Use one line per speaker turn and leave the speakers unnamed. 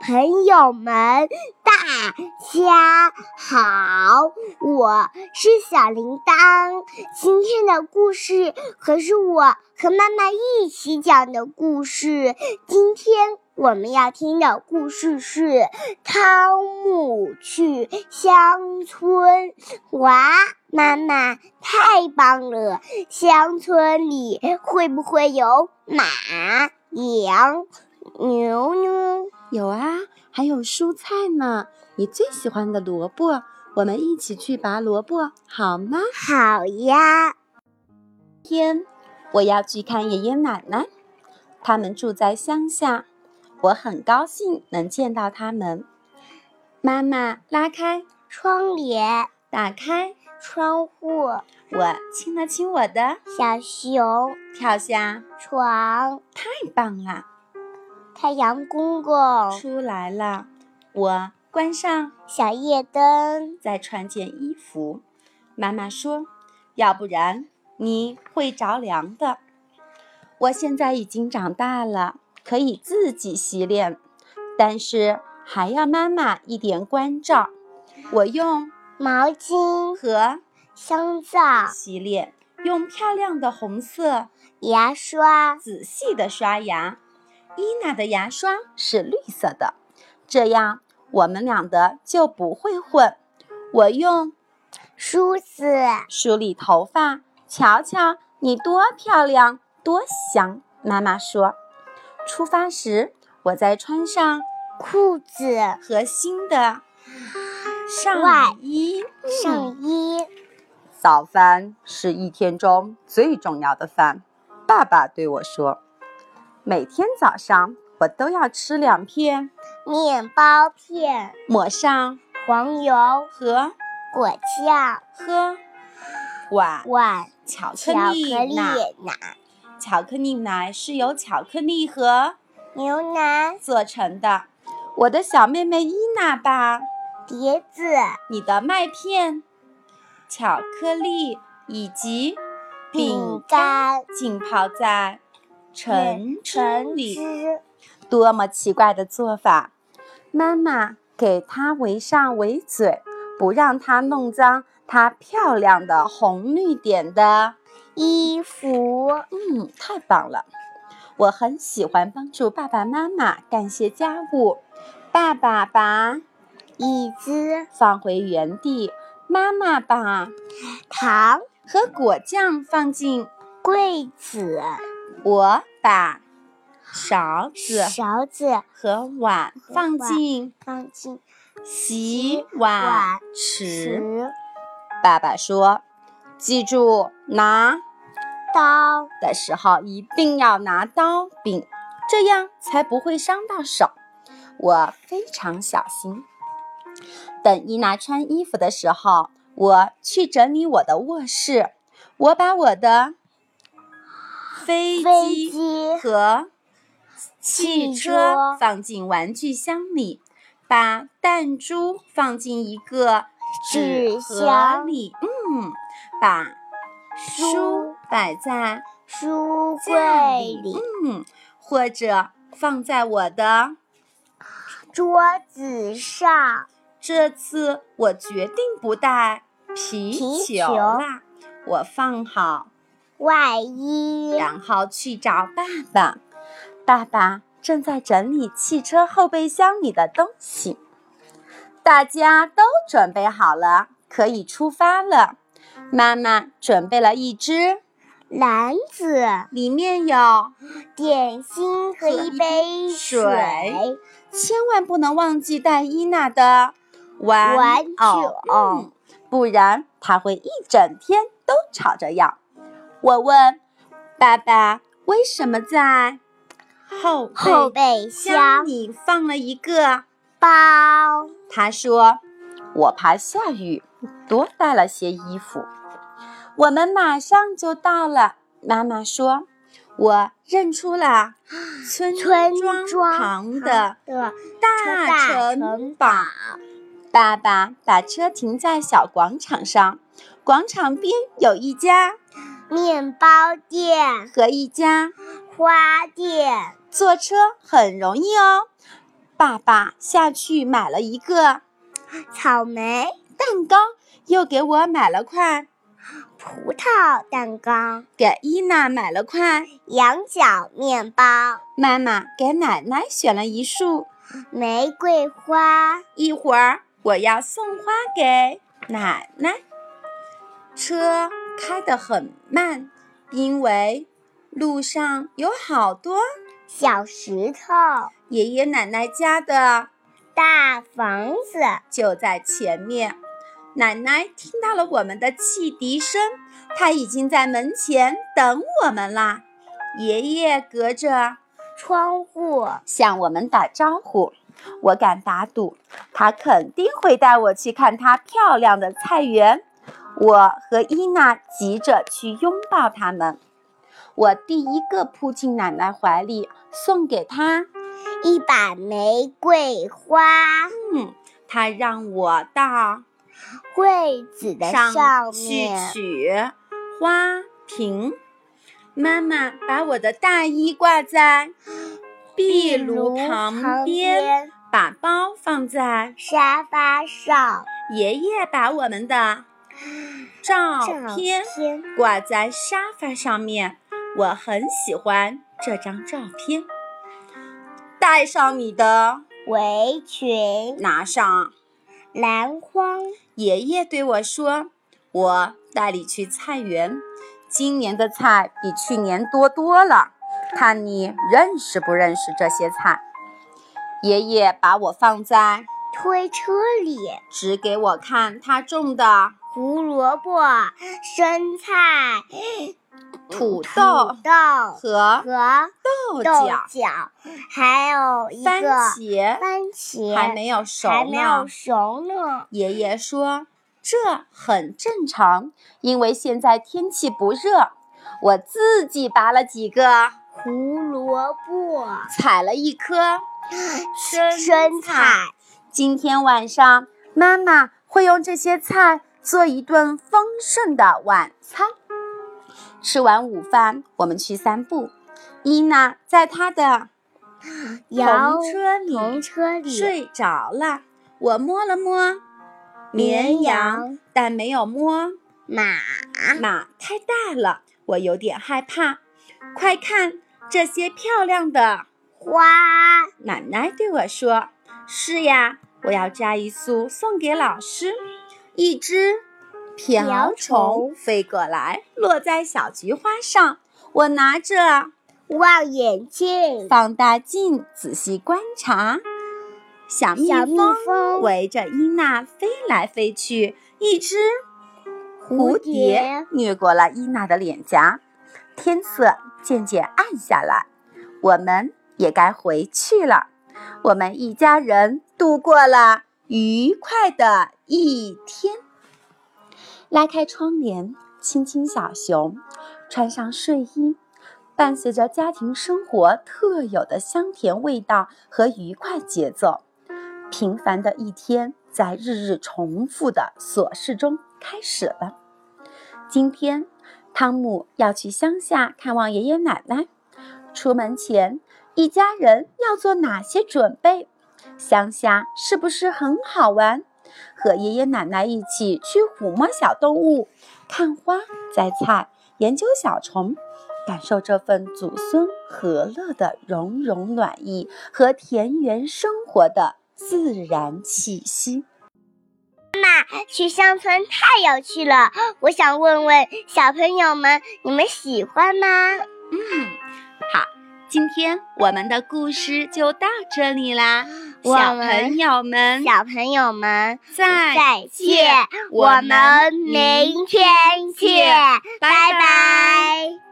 朋友们，大家好，我是小铃铛。今天的故事可是我和妈妈一起讲的故事。今天我们要听的故事是《汤姆去乡村》。哇，妈妈太棒了！乡村里会不会有马、羊？牛牛，
有啊，还有蔬菜呢，你最喜欢的萝卜，我们一起去拔萝卜好吗？
好呀，
天，我要去看爷爷奶奶，他们住在乡下，我很高兴能见到他们。妈妈，拉开
窗帘，
打开
窗户，
我亲了亲我的
小熊
跳下，
床，
太棒了，
太阳公公，
出来了，我关上，
小夜灯，
再穿件衣服。妈妈说：“要不然你会着凉的。”我现在已经长大了，可以自己洗脸，但是还要妈妈一点关照。我用
毛巾，
和
香皂，
洗脸，用漂亮的红色
牙刷，
仔细的刷牙。伊娜的牙刷是绿色的，这样我们俩的就不会混。我用
梳子，
梳理头发，瞧瞧你多漂亮，多香！妈妈说。出发时，我再穿上
裤子，
和新的
外
上衣。
上衣，
早饭是一天中最重要的饭，爸爸对我说。每天早上我都要吃两片，
面包片，
抹上
黄油，
和
果酱，
喝碗
碗，
巧克
巧克
力
力
奶。
奶，
巧克力奶是由巧克力和
牛奶，
做成的。我的小妹妹伊娜吧，
碟子，
你的麦片、巧克力以及
饼
饼
干，
浸泡在橙汁
橙
里，
汁，
多么奇怪的做法！妈妈给她围上围嘴，不让她弄脏她漂亮的红绿点的。
衣服。
嗯，太棒了！我很喜欢帮助爸爸妈妈干些家务。爸爸把
椅子、
放回原地，妈妈把
糖、
和果酱放进，
柜子、
我把勺子
勺子
和碗放进
放进
洗碗
碗
池。
匙、
爸爸说：“记住，拿
刀、
的时候一定要拿刀柄，这样才不会伤到手。我非常小心。等伊娜穿衣服的时候，我去整理我的卧室。我把我的飞
飞
机
机、
和
汽
汽
车
车放进玩具箱里，把弹珠放进一个
纸
盒
箱
里。嗯，把
书
书摆在
书
柜
柜里、
嗯，或者放在我的。
桌子上、
这次我决定不带皮
皮
球
球
啦，我放好，
外衣、
然后去找爸爸。爸爸正在整理汽车后备箱里的东西。大家都准备好了，可以出发了。妈妈准备了一只，
篮子、
里面有
点心和一杯水
水、千万不能忘记带伊娜的玩
玩
偶，
偶
嗯不然她会一整天都吵着要。我问爸爸为什么在后
后
备
备
箱
箱、
里放了一个，
包、
他说我怕下雨，多带了些衣服。我们马上就到了，妈妈说。我认出了村
村
庄旁的
的
大
城
城堡。爸爸把车停在小广场上，广场边有一家
面包店、
和一家，
花店。
坐车很容易哦。爸爸下去买了一个
草莓
蛋糕，又给我买了块，
葡萄蛋糕、
给伊娜买了块，
羊角面包、
妈妈给奶奶选了一束。
玫瑰花。
一会儿我要送花给奶奶。车开得很慢，因为路上有好多
小石头、
爷爷奶奶家的
大房子，
就在前面。奶奶听到了我们的汽笛声，她已经在门前等我们啦。爷爷隔着
窗户，
向我们打招呼。我敢打赌，他肯定会带我去看他漂亮的菜园。我和伊娜急着去拥抱他们。我第一个扑进奶奶怀里，送给她，
一把玫瑰花
嗯，她让我到
柜子的上
去
面。
取花瓶。妈妈把我的大衣挂在壁炉旁边，
边，
把包放在
沙发上，
爷爷把我们的照
照
片
片
挂在沙发上面，我很喜欢这张照片。带上你的，
围裙、
拿上。
篮筐、
爷爷对我说：“我带你去菜园，今年的菜比去年多多了，看你认识不认识这些菜。”爷爷把我放在，
推车里、
指给我看他种的
胡萝卜、生菜、土
土豆
豆
和
和
豆
豆
角、
角，还有一
番
个
茄，
番茄
还没有熟
还没
呢
有。熟呢。
爷爷说：“这很正常，因为现在天气不热。”我自己拔了几个，
胡萝卜、
采了一 颗。
生菜、
今天晚上，妈妈会用这些菜做一顿丰盛的晚餐。吃完午饭，我们去散步。伊娜在她的
摇
篷车里
童车里、
睡着了，我摸了摸
绵
绵
羊
羊，但没有摸
马、
马，太大了，我有点害怕。快看这些漂亮的！
花、
奶奶对我说：“是呀，我要摘一束送给老师。”一只瓢
瓢
虫
虫
飞过来，落在小菊花上。我拿着
望远镜、
放大镜仔细观察，小蜜
小蜜
蜂
蜂、
围着伊娜飞来飞去。一只
蝴
蝴
蝶
蝶掠过了伊娜的脸颊，天色渐渐暗下来，我们也该回去了。我们一家人度过了愉快的一天。拉开窗帘，亲亲小熊，穿上睡衣，伴随着家庭生活特有的香甜味道和愉快节奏，平凡的一天在日日重复的琐事中开始了。今天，汤姆要去乡下看望爷爷奶奶。出门前，一家人要做哪些准备？乡下是不是很好玩？和爷爷奶奶一起去抚摸小动物、看花、摘菜、研究小虫，感受这份祖孙和乐的融融暖意和田园生活的自然气息。
去乡村太有趣了。我想问问小朋友们，你们喜欢吗？
好，今天我们的故事就到这里啦，
我
啊小
们
朋友们，
小朋友们，
再
再见，
见
我
我
们
们
明天见，
拜
拜
拜
拜